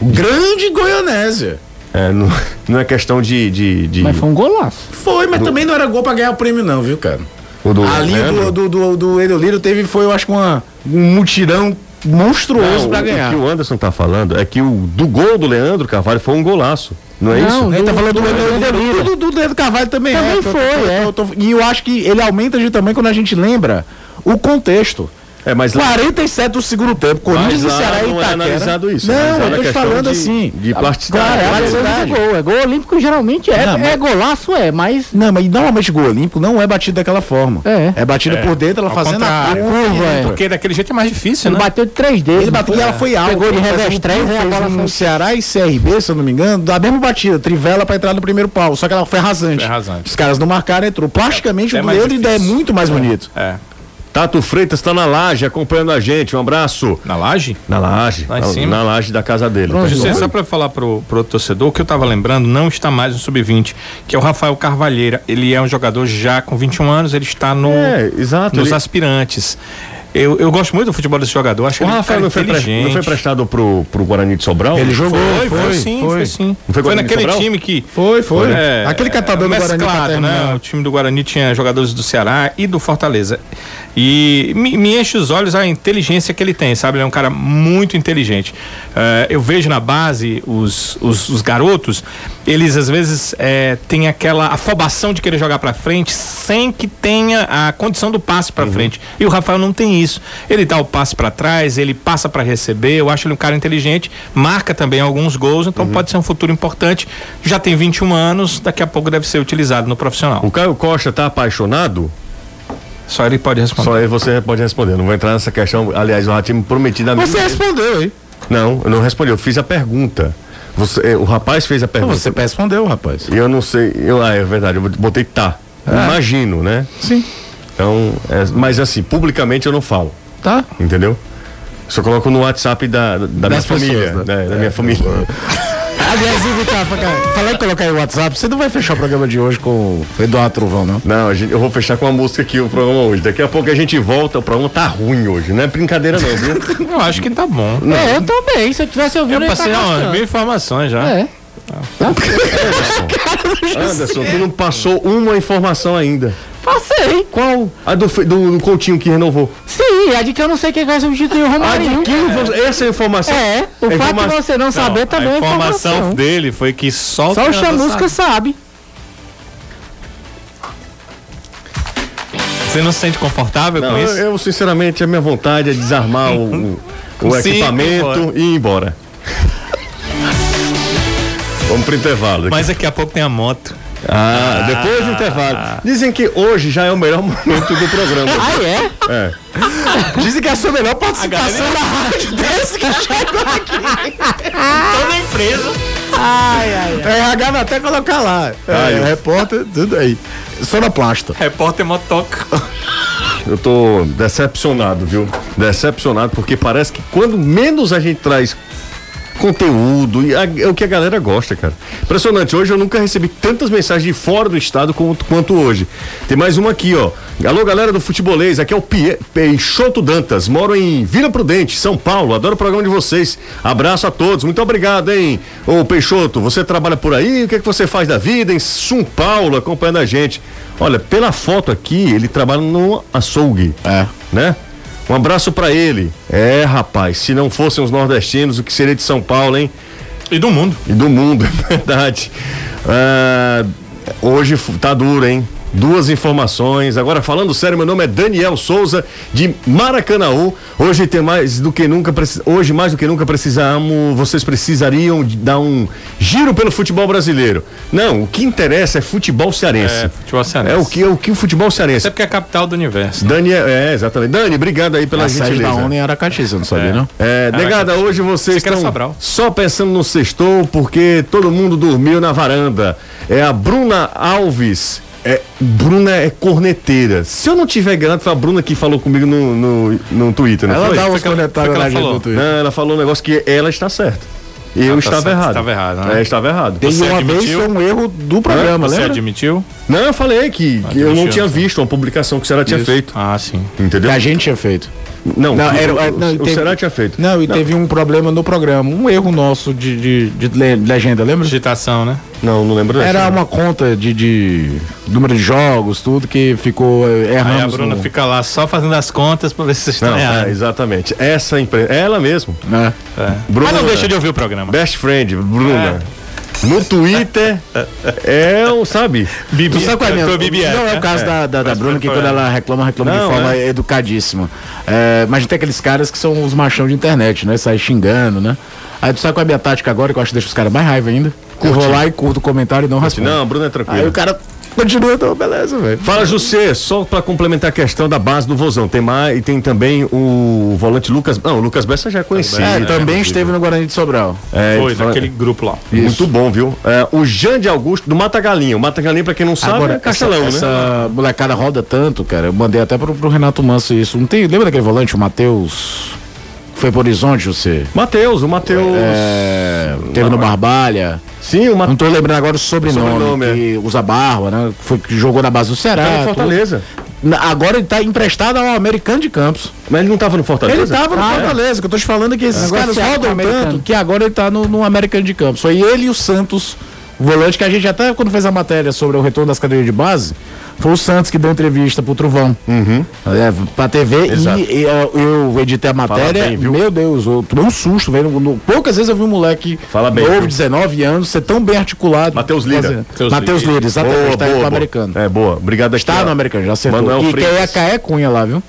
Grande Goianésia. é, não, não é questão de. de, de- Mas foi um golaço. Foi, mas também não era gol pra ganhar o prêmio, não, viu, cara? o do A linha Leandro. do, do, do, do Wendel Lira teve, foi, eu acho, uma, um mutirão monstruoso Não, pra o- ganhar. O que o Anderson tá falando é que o do gol do Leandro Carvalho foi um golaço. Não é isso? Não, Ele tá falando do Wendel Lira. Wendel Tudo do Leandro Carvalho também, Também é. Tô- foi, tô- é. tô- tô- E eu acho que ele aumenta de tamanho quando a gente lembra o contexto. É, mas lá- 47 do segundo tempo, Mas Corinthians e lá Ceará e não é Itaquera. analisado isso, mas Não, era eu tô te questão falando de- assim. de plasticidade. Claro, é Claro, Batida plasticidade. de gol. É gol olímpico geralmente é, Não, mas- é golaço, é, mas Não, mas normalmente gol olímpico não é batido daquela forma. É. É batida É. por dentro, ela Ao fazendo a contrário. curva. né? curva, é. Porque daquele jeito é mais difícil, Ele né? bateu de três dedos. Ele bateu e ela foi alta. Pegou de revés Mas o três, Pio né? A fez um bola no saiu. Ceará e CRB, se eu não me engano, da mesma batida, trivela pra entrar no primeiro pau. Só que ela foi arrasante. Foi arrasante. Os caras não marcaram, entrou. Plasticamente É o do mais Leandro ainda é difícil. muito mais bonito. É. Tato Freitas está na laje acompanhando a gente. Um abraço. Na laje? Na laje. Lá em na, cima. na laje da casa dele. Longe Tá do Você, escutando? só para falar pro, pro torcedor, o que eu tava lembrando não está mais no sub-20, que é o Rafael Carvalheira. Ele é um jogador já com 21 anos, ele está no, É, exato, nos ele- aspirantes. Eu, eu gosto muito do futebol desse jogador, acho o ele um Rafael cara não foi, pre- inteligente. não foi prestado pro, pro Guarani de Sobral? Ele jogou, Foi, foi, foi, sim, foi, sim. Não foi Foi, Guarani de naquele Sobral? time que. Foi, foi. É, Aquele tá catador do Guarani mesclado, pra né? terminar. O time do Guarani tinha jogadores do Ceará e do Fortaleza. E me, me enche os olhos a inteligência que ele tem, sabe? Ele é um cara muito inteligente. Eh, eu vejo na base os, os, os garotos, eles às vezes eh, têm aquela afobação de querer jogar pra frente sem que tenha a condição do passe pra frente. E o Rafael não tem isso. Ele dá o passe pra trás, ele passa pra receber. Eu acho ele um cara inteligente, marca também alguns gols, então pode ser um futuro importante. Já tem 21 anos, daqui a pouco deve ser utilizado no profissional. O Caio Costa tá apaixonado? Só ele pode responder. Só aí você pode responder. Não vou entrar nessa questão. Aliás, o Ratinho me prometido a mim. Você respondeu, hein? Não, eu não respondi. Eu fiz a pergunta. Você, eh, o rapaz fez a Não, pergunta. Você respondeu, rapaz. E eu não sei. Eu, ah, é verdade, eu botei tá. Ah. Imagino, né? Sim. Então, é, mas assim, publicamente eu não falo, Tá? entendeu? Só coloco no WhatsApp da, da minha pessoas, família. né? né? Da minha família. Aliás, Ivo, tá, faca- falei em colocar aí o WhatsApp. Você não vai fechar o programa de hoje com o Eduardo Trovão, não? Não, a gente- eu vou fechar com uma música aqui o programa hoje. Daqui a pouco a gente volta. O programa tá ruim hoje. Não é brincadeira, não, viu? Eu acho que tá bom. É, eu também. Se eu tivesse ouvido, Eu ia passei tá ó, é gostando. mil informações já. É. Anderson, tu não passou uma informação ainda. Passei. Qual? A do, Fe- do, do Coutinho que renovou. Sim, é de que eu não sei quem vai substituir Ah, o A de Romarinho. quem vo- Essa é a informação. É, o A fato de informa- você não saber também é a informação, informação. dele foi que é só, Só o treinador Chamusca sabe. sabe. Você não se sente confortável Não, com eu, isso? eu, sinceramente, a minha vontade é desarmar o, o- o Sim, equipamento e ir embora. Vamos pro intervalo. daqui. Mas daqui a pouco tem a moto. Ah, depois do intervalo. Dizem que hoje já é o melhor momento do programa. Ah, é? É. Dizem que é a sua melhor participação. é Toda empresa. RH vai É, até colocar lá. Ah, É, eu- repórter, tudo aí. Sonoplasta. Repórter motoca. Eu tô decepcionado, viu? Decepcionado porque parece que quando menos a gente traz conteúdo e a- é o que a galera gosta, cara. Impressionante, hoje eu nunca recebi tantas mensagens de fora do estado quanto, quanto hoje. Tem mais uma aqui, ó. Alô, galera do Futebolês, aqui é o Pie- Peixoto Dantas, moro em Vila Prudente, São Paulo, adoro o programa de vocês. Abraço a todos, muito obrigado, hein? Ô Peixoto, você trabalha por aí, o que é que você faz da vida em São Paulo, acompanhando a gente? Olha, pela foto aqui, ele trabalha no açougue. É. Né? Um abraço pra ele. É, rapaz, se não fossem os nordestinos, o que seria de São Paulo, hein? E do mundo. E do mundo, é verdade. Ah, hoje fu- tá duro, hein? Duas informações. Agora, falando sério, meu nome é Daniel Souza, de Maracanaú. Hoje tem mais do que nunca. preci- Hoje, mais do que nunca, precisamos. Vocês precisariam de dar um giro pelo futebol brasileiro. Não, o que interessa é futebol cearense. É, futebol cearense. É o que, é o, que o futebol cearense. Até porque é a capital do universo. Daniel, é, exatamente. Dani, obrigado aí pela A sede gentileza. da ONU em Aracati, você não sabia, não? É, negada, hoje vocês Pensei é que era estão Sobral. só pensando no sextou porque todo mundo dormiu na varanda. É a Bruna Alves. É, Bruna é corneteira. Se eu não tiver garanto, foi a Bruna que falou comigo no, no, no Twitter, não Ela foi? dá uns que ela- comentários foi na que ela gente falou. no Twitter. Não, ela falou um negócio que ela está certa. E Ah, eu tá estava certa, errado. estava errado, né? É, estava errado. E Você uma vez admitiu? foi um erro do programa, Você lembra? admitiu? Não, eu falei que, Ah, que eu não Admitiu, tinha né? visto uma publicação que o Será tinha feito. Ah, sim. Entendeu? Que a gente tinha feito. Não, Não, que era- o, é, não, o teve- Será tinha feito. Não, e teve um problema no programa, um erro nosso de, de, de le- legenda, lembra? Digitação, né? Não, não lembro dessa. Era uma conta de, de número de jogos, tudo que ficou eh, erramos. Aí a Bruna no- fica lá só fazendo as contas pra ver se vocês estão Não, é, errados. exatamente. Essa empresa. Ela mesmo. né? É. Bruna- Mas não deixa de ouvir o programa. Best friend, Bruna. No Twitter é o, sabe? Bibi, Tu sabe qual é a minha? Tua Bibi é, não é né? o caso da, da, da Mas Bruna, que foi- quando ela reclama, reclama de Não, forma educadíssima. É, mas tem aqueles caras que são os machão de internet, né? Sai xingando, né? Aí tu sabe qual é a minha tática agora, que Ah, eu acho que deixa os caras mais raiva ainda. Eu vou lá e curto o comentário e não respondo. Não, Bruna é Aí o tranquila. cara Continua, então, beleza, velho. Fala, José, só para complementar a questão da base do Vozão, tem mais, e tem também o volante Lucas, não, o Lucas Bessa já é conhecido. É, né? também esteve no Guarani de Sobral. É, Foi, fala- daquele grupo lá. Muito bom, viu? É, o Jande Augusto do Mata Galinha, o Mata Galinha pra quem não sabe, é Castelão, né? essa, essa molecada roda tanto, cara. Eu mandei até pro, pro Renato Manso isso. Não tem, lembra daquele volante, o Matheus? que Foi pro Horizonte, você? Matheus, o Matheus. É, teve no Barbalha. Sim, o Não Matheus. tô lembrando agora o sobrenome, Sobrenome, é. que usa barba, né? Foi que jogou na base do Ceará. Tá no tudo. Fortaleza. Na- Agora ele tá emprestado ao americano de Campos. Mas ele não tava no Fortaleza? Ah, é? Ele tava no Fortaleza, que eu tô te falando é que esses caras Negociado com rodam o americano. tanto que agora ele tá no, no americano de Campos. Foi ele e o Santos, o volante que a gente até quando fez a matéria sobre o retorno das cadeiras de base, foi o Santos que deu entrevista pro Trovão. É, pra TV Uhum. Exato. e, e, é, eu editei a matéria. bem, viu? meu Deus, eu tomei um susto, velho. No- no- poucas vezes eu vi um moleque Fala bem, novo, viu? 19 anos, ser tão bem articulado. Matheus Lira. Fazendo- Matheus Matheus Lira. Lira, exatamente, Boa, tá indo boa, pro boa. americano. É, boa. Obrigado aqui. Tá ó. no americano, já acertou. Manuel e Freitas. quem é Caé Cunha lá, viu?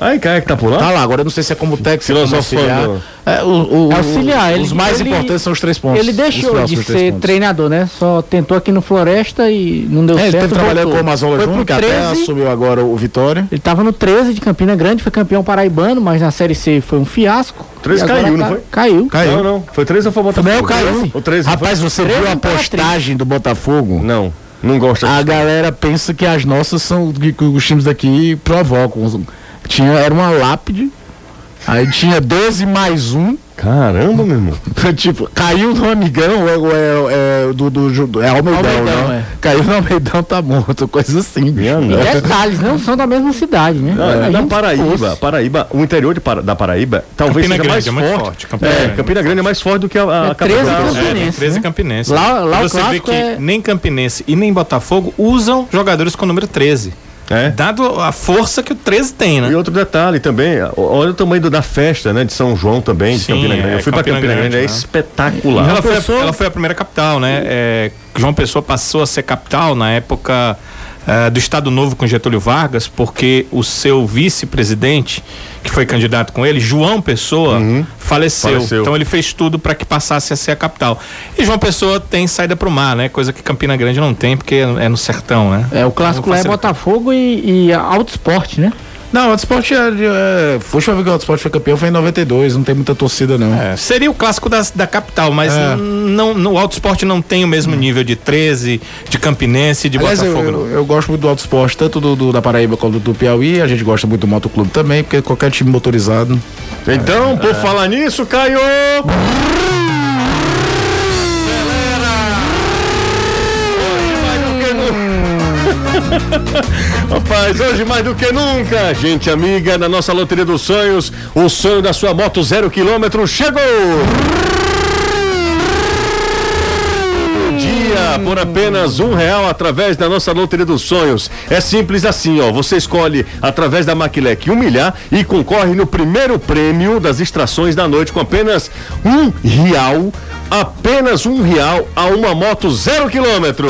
Ah, e Caio que tá por lá? Tá lá, agora eu não sei se é como técnico, se é como Filosofando. auxiliar. É, o, o- Auxiliar, Os ele- mais ele- importantes são os três pontos. Ele os deixou de próximos três ser pontos. treinador, né? Só tentou aqui no Floresta e não deu É, ele certo. teve trabalhando com voltou. o Amazola Foi Júnior, que pro até 13, assumiu agora o Vitória. Ele tava no 13 de Campina Grande, foi campeão paraibano, mas na Série C foi um fiasco. 13 E agora tá- caiu, não foi? Caiu. Não, não. Foi três ou foi o Botafogo? Não, caiu. O três não foi? é Rapaz, você Treze viu a não tava postagem do Botafogo? Não, não gosta. A galera pensa que as nossas são que que os times daqui provocam. Tinha, era uma lápide. Aí tinha 12 mais um. Caramba, meu irmão. Tipo, caiu no amigão, é, é, é do, do, Ju- é Almeidão, Almeidão, né? é. Caiu no Almeidão, tá morto, coisa assim. Minha E nossa. detalhes, não são da mesma cidade, né? Não, é Imagina um da se Paraíba, fosse. Paraíba, o interior de Para- da Paraíba, talvez Campina seja Grande é mais muito forte. forte, Campina é, Grande. Campina Grande é mais forte do que a, a É 13 capital. pro- É, tem Campinense, 13 né? Campinense. Lá- lá E o você vê clássico que é- nem Campinense e nem Botafogo usam jogadores com o número 13. É. Dado a força que o 13 tem, né? E outro detalhe também, ó, olha o tamanho do- da festa, né, de São João também, de Sim, Campina Grande. é, Eu fui pra Campina Campina Grande, Grande, é né? espetacular. Ela foi, Pessoa- a, ela foi a primeira capital, né? É, João Pessoa passou a ser capital na época eh, do Estado Novo com Getúlio Vargas, porque o seu vice-presidente, que foi candidato com ele, João Pessoa, faleceu. Uhum. Faleceu. Então ele fez tudo para que passasse a ser a capital. E João Pessoa tem saída para o mar, né? Coisa que Campina Grande não tem, porque é no sertão, né? É, o clássico lá é Facilita. Botafogo e, e Alto Esporte, né? Não, o Autosport é, é. Foi deixa eu ver que o Autosport foi campeão, foi em 92, não tem muita torcida, não. É, seria o clássico das- da capital, mas É. n- não, no Alto Esporte não tem o mesmo nível de 13, de Campinense, de Aliás, eu, Botafogo, não. eu, eu gosto muito do Autosport, tanto do, do- da Paraíba quanto do Piauí. A gente gosta muito do Motoclube também, porque qualquer time motorizado. né? Então, por falar nisso, Caio. Rapaz, hoje mais do que nunca, gente amiga, na nossa loteria dos sonhos, o sonho da sua moto zero quilômetro chegou! dia por apenas um real através da nossa loteria dos sonhos. É simples assim, ó. Você escolhe através da Maquilec um milhar e concorre no primeiro prêmio das extrações da noite com apenas um real, apenas um real a uma moto zero quilômetro.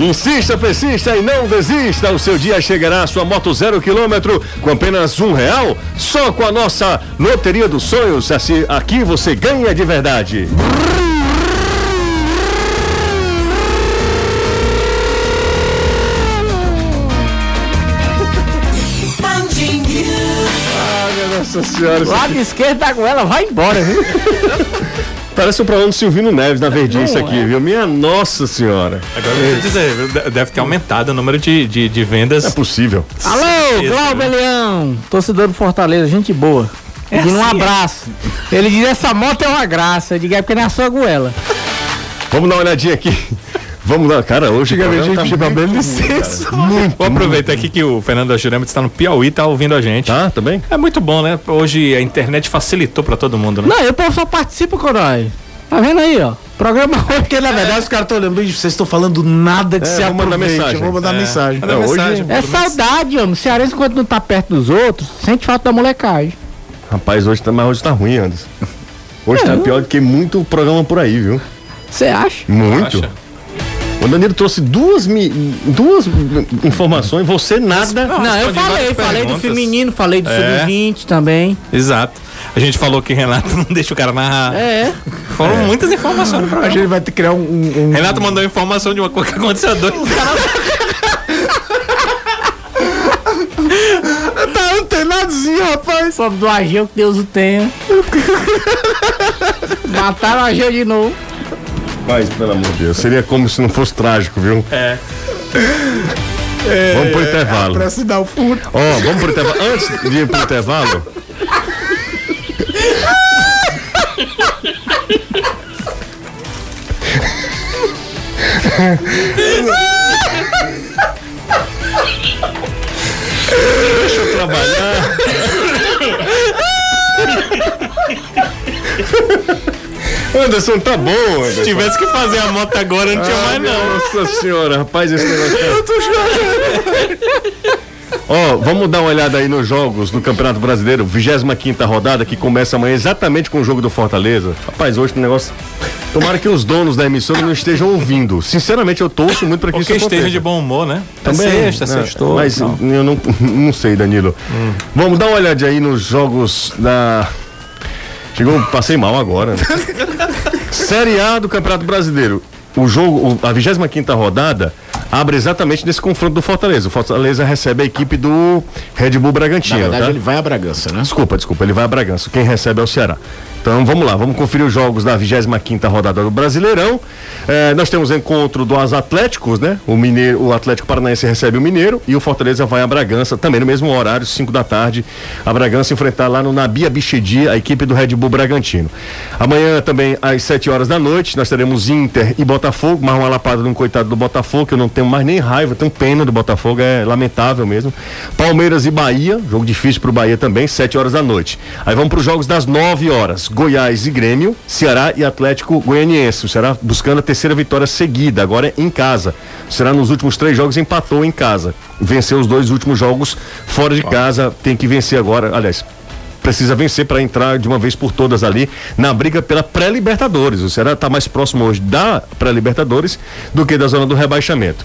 Insista, persista e não desista. O seu dia chegará, sua moto zero quilômetro, com apenas um real, só com a nossa Loteria dos Sonhos. Assim, Aqui você ganha de verdade. Nossa senhora, isso- Lado esquerdo da goela, vai embora, viu? parece o programa do Silvino Neves na verdinha aqui, viu? Minha nossa senhora. Agora eu vou te dizer, de- deve ter aumentado o número de, de, de Não é vendas. possível. Alô, Glauber Leão, torcedor do Fortaleza, gente boa. Pedindo um abraço. Ele diz: essa moto é uma graça. Eu digo: é porque na sua goela. Vamos dar uma olhadinha aqui. Vamos lá, cara, hoje o programa tá muito ruim, cara. Muito, Vou aproveitar aqui que o Fernando Ajurama está no Piauí, tá ouvindo a gente. Tá, tá bem? É muito bom, né? Hoje a internet facilitou pra todo mundo, né? Não, eu povo só participa com nós. Tá vendo aí, ó? Programa hoje que Porque, na verdade, os caras estão olhando, bicho, vocês estão falando nada que É, se vou mandar aproveite. mensagem. Eu vou mandar É. mensagem. Manda Não, hoje- mensagem, É manda saudade, homem. O cearense, quando não tá perto dos outros, sente falta da molecagem. Rapaz, hoje tá, mas hoje tá ruim, Anderson. Hoje tá pior do que muito programa por aí, viu? Você acha? Muito. Acha? O Danilo trouxe duas, mi- duas informações, você nada. Não, eu respondi falei, várias falei do perguntas. feminino, falei do É. sub-20 também. Exato. A gente falou que Renato não deixa o cara narrar. É. Foram muitas informações no A programa. gente vai ter que criar um. um- um- Renato mandou informação de uma coisa que aconteceu há dois Tá assim, antenadozinho, rapaz. Pobre do Ageu, que Deus o tenha. Mataram o Ageu de novo. Mas, pelo amor de Deus, seria como se não fosse trágico, viu? É. Vamos pro intervalo. É, Pra se dar o furo. Ó, vamos pro intervalo. Antes de ir pro intervalo. Deixa eu trabalhar. Anderson, tá bom, Anderson. Se tivesse que fazer a moto agora, não tinha Ah, mais não. Nossa senhora, rapaz, esse negócio. Eu tô chorando. Ó, vamos dar uma olhada aí nos jogos do Campeonato Brasileiro, 25 rodada, que começa amanhã exatamente com o jogo do Fortaleza. Rapaz, hoje o negócio. Tomara que os donos da emissora não estejam ouvindo. Sinceramente, eu torço muito pra que Ou isso que aconteça. esteja de bom humor, né? Também, é sexta, né? sextou. Hum. Mas então. eu não, não sei, Danilo. Vamos dar uma olhada aí nos jogos da. Chegou, passei mal agora. né? Série A do Campeonato Brasileiro. O jogo, o- a 25 rodada abre exatamente nesse confronto do Fortaleza. O Fortaleza recebe a equipe do Red Bull Na Bragantino. verdade, tá? ele vai a Bragança, né? Desculpa, desculpa, ele vai a Bragança. Quem recebe é o Ceará. Então vamos lá, vamos conferir os jogos da 25 rodada do Brasileirão. Eh, nós temos encontro dos Atléticos, né? O, Mineiro, o Atlético Paranaense recebe o Mineiro e o Fortaleza vai a Bragança, também no mesmo horário, 5 da tarde. A Bragança enfrentar lá no Nabia Bichedi, a equipe do Red Bull Bragantino. Amanhã também, às 7 horas da noite, nós teremos Inter e Botafogo, mais uma lapada de um coitado do Botafogo, que eu não tenho mais nem raiva, tenho pena do Botafogo, é lamentável mesmo. Palmeiras e Bahia, jogo difícil pro Bahia também, 7 horas da noite. Aí vamos pros jogos das 9 horas. Goiás e Grêmio, Ceará e Atlético Goianiense. O Ceará buscando a terceira vitória seguida, agora é em casa. O Ceará nos últimos três jogos empatou em casa. Venceu os dois últimos jogos fora de casa, tem que vencer agora. Aliás, precisa vencer para entrar de uma vez por todas ali na briga pela pré-libertadores. O Ceará está mais próximo hoje da pré-libertadores do que da zona do rebaixamento.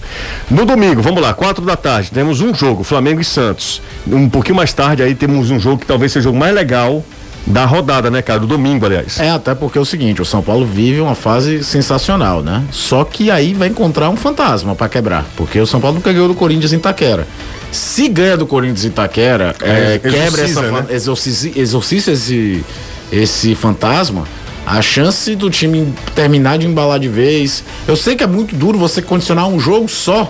No domingo, vamos lá, quatro da tarde, temos um jogo, Flamengo e Santos. Um pouquinho mais tarde aí temos um jogo que talvez seja o jogo mais legal da rodada, né, cara? Do domingo, aliás. É, até porque é o seguinte, o São Paulo vive uma fase sensacional, né? Só que aí vai encontrar um fantasma pra quebrar, porque o São Paulo nunca ganhou do Corinthians em Itaquera. Se ganha do Corinthians em Itaquera, é, É, quebra exorciza, essa fa- né? exorciza, exorciza esse esse fantasma, a chance do time terminar de embalar de vez. Eu sei que é muito duro você condicionar um jogo só.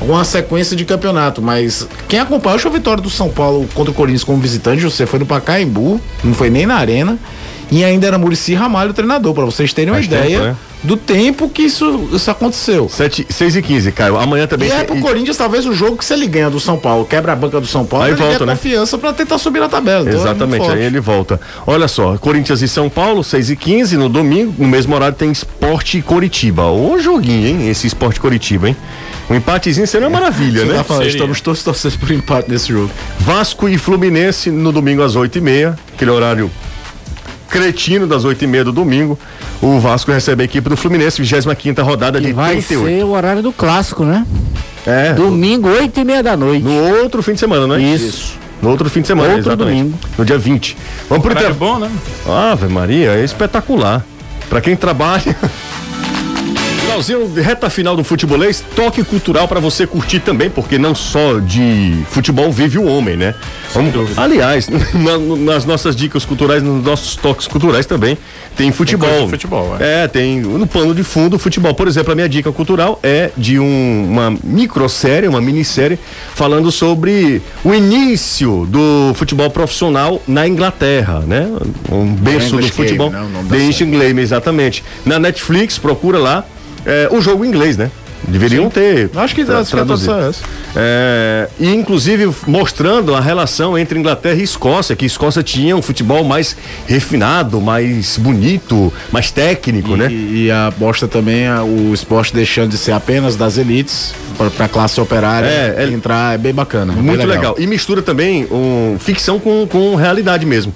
Uma sequência de campeonato, mas quem acompanhou acho, a vitória do São Paulo contra o Corinthians como visitante, você foi no Pacaembu, não foi nem na Arena, e ainda era Murici Ramalho o treinador, pra vocês terem uma Faz tempo, ideia né? do tempo que isso, isso aconteceu. Sete, seis e quinze, Caio. Amanhã também. E tem- é pro Corinthians, talvez, o jogo que se ele ganha do São Paulo, quebra a banca do São Paulo, Aí ele volta, ganha né? confiança pra tentar subir na tabela. Então é muito Exatamente, forte. aí ele volta. Olha só, Corinthians e São Paulo, 6 e 15 no domingo, no mesmo horário tem Esporte e Coritiba. Ô joguinho, hein? Esse Esporte Coritiba, hein? Um empatezinho seria uma maravilha, Você né? tá falando, Seria. estamos todos torcendo por empate nesse jogo. Vasco e Fluminense no domingo às 8 e meia, aquele horário cretino das 8 e meia do domingo. O Vasco recebe a equipe do Fluminense, 25 rodada E de vai 38. ser o horário do clássico, né? É, Domingo, 8 e meia da noite. no outro fim de semana, né? Isso. No outro fim de semana, Outro exatamente. domingo. No dia 20. Vamos pro Horário intervalo. bom, né? Ave Maria, é espetacular. Pra quem trabalha. Finalzinho, reta final do futebolês, toque cultural pra você curtir também, porque não só de futebol vive o homem, né? Vamos- aliás, na- nas nossas dicas culturais, nos nossos toques culturais também, tem futebol. coisa de futebol, é. tem no pano de fundo futebol. Por exemplo, a minha dica cultural é de um- uma microsérie, uma minissérie, falando sobre o início do futebol profissional na Inglaterra, né? Um berço do English Game, futebol. né? O nome da The série. English Game, exatamente. Na Netflix, procura lá é, o jogo em inglês, né? Deveriam ter. Acho que tra acho que a traduzido. tradução é essa. É, e inclusive mostrando a relação entre Inglaterra e Escócia, que Escócia tinha um futebol mais refinado, mais bonito, mais técnico, E, né? e a bosta também, a- o esporte deixando de ser apenas das elites pra, pra classe operária É, é- entrar, é bem bacana. é bem Muito legal. E mistura também um, ficção com, com realidade mesmo.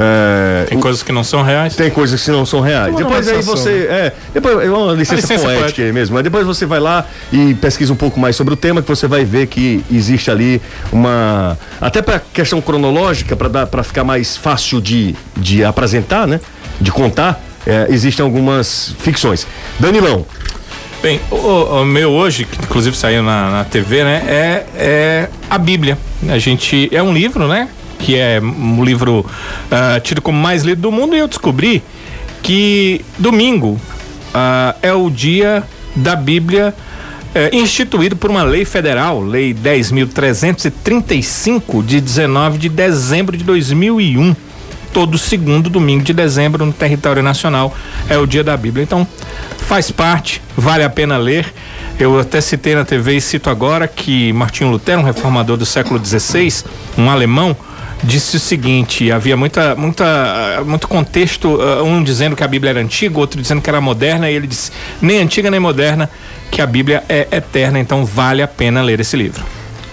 É, Tem coisas que não são reais. Tem coisas que não são reais. Uma depois aí romantização, você. É, depois é uma licença, né? licença poética, poética. aí mesmo. Mas depois você vai lá e pesquisa um pouco mais sobre o tema, que você vai ver que existe ali uma. Até pra questão cronológica, pra dar para ficar mais fácil de, de apresentar, né? De contar. eh, existem algumas ficções. Danilão, Bem, o, o meu hoje, que inclusive saiu na, na TV, né? É, é a Bíblia. A gente. É um livro, né? Que é um livro ah, tido como mais lido do mundo, e eu descobri que domingo ah, é o dia da Bíblia. eh, instituído por uma lei federal, Lei 10.335, de 19 de dezembro de 2001 todo segundo domingo de dezembro no território nacional é o dia da Bíblia. Então, faz parte, vale a pena ler. Eu até citei na TV e cito agora que Martinho Lutero, um reformador do século XVI, um alemão, disse o seguinte, havia muita, muita, ah, muito contexto, ah, um dizendo que a Bíblia era antiga, outro dizendo que era moderna, e ele disse, nem antiga nem moderna, que a Bíblia é eterna, então vale a pena ler esse livro.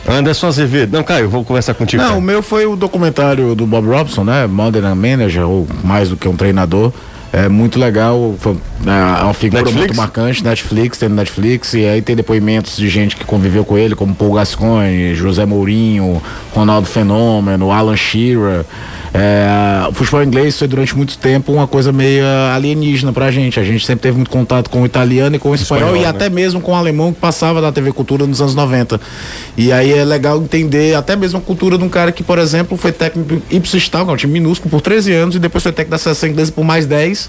Anderson Azevedo. Não, Caio, vou conversar Tipo, contigo. Não, cara. o meu foi o documentário do Bob Robson, né? Modern Manager, ou mais do que um treinador. É muito legal, foi, é, é uma figura Netflix? muito marcante, Netflix, tem no Netflix, e aí tem depoimentos de gente que conviveu com ele, como Paul Gascoigne, José Mourinho, Ronaldo Fenômeno, Alan Shearer. É, o futebol inglês foi durante muito tempo uma coisa meio ah, alienígena pra gente. A gente sempre teve muito contato com o italiano e com o espanhol, Espanhol, e né? até até mesmo com o alemão que passava da TV Cultura nos anos 90. E aí é legal entender até mesmo a cultura de um cara que, por exemplo, foi técnico do Ipswich Town, que é um time minúsculo, por 13 anos, e depois foi técnico da seleção inglesa por mais 10.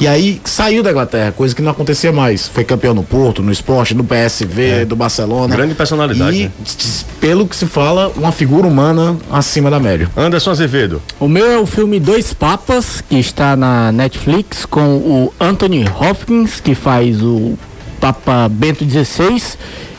E aí saiu da Inglaterra, coisa que não acontecia mais. Foi campeão no Porto, no Esporte, no PSV, do Barcelona. É. Grande personalidade, E, né? s- pelo que se fala, uma figura humana acima da média. Anderson Azevedo. O meu é o filme Dois Papas, que está na Netflix, com o Anthony Hopkins, que faz o Papa Bento XVI,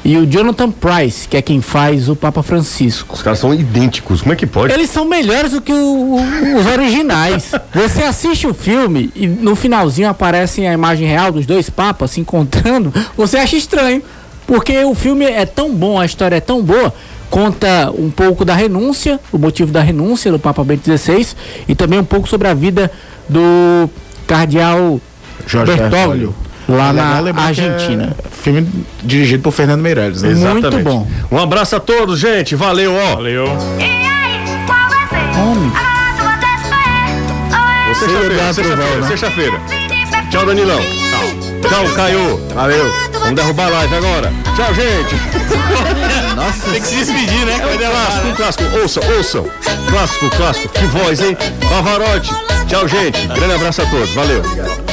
e o Jonathan Price, que é quem faz o Papa Francisco. Os caras são idênticos. Como é que pode? Eles são melhores do que o- o- os originais. Você assiste o filme e no finalzinho aparece a imagem real dos dois papas se encontrando, você acha estranho. Porque o filme é tão bom, a história é tão boa, conta um pouco da renúncia, o motivo da renúncia do Papa Bento XVI, e também um pouco sobre a vida do cardeal Jorge Bertoglio, lá Legal na lembrar que é Argentina. filme dirigido por Fernando Meirelles. Né? Exatamente. bom. Um abraço a todos, gente. Valeu, ó. Valeu. E aí, qual vai ser? Homem. A tua desfé. Sexta-feira, Leonardo sexta-feira, Durval, né? sexta-feira. Oi, Tchau, Danilão. Tchau, Caio. Valeu. Vamos derrubar a live agora. Tchau, gente. Nossa. Tem que se despedir, né? Cadê clássico, um clássico. Ouçam, ouçam. Clássico, clássico. Que voz, hein? Pavarotti. Tchau, gente. Grande abraço a todos. Valeu.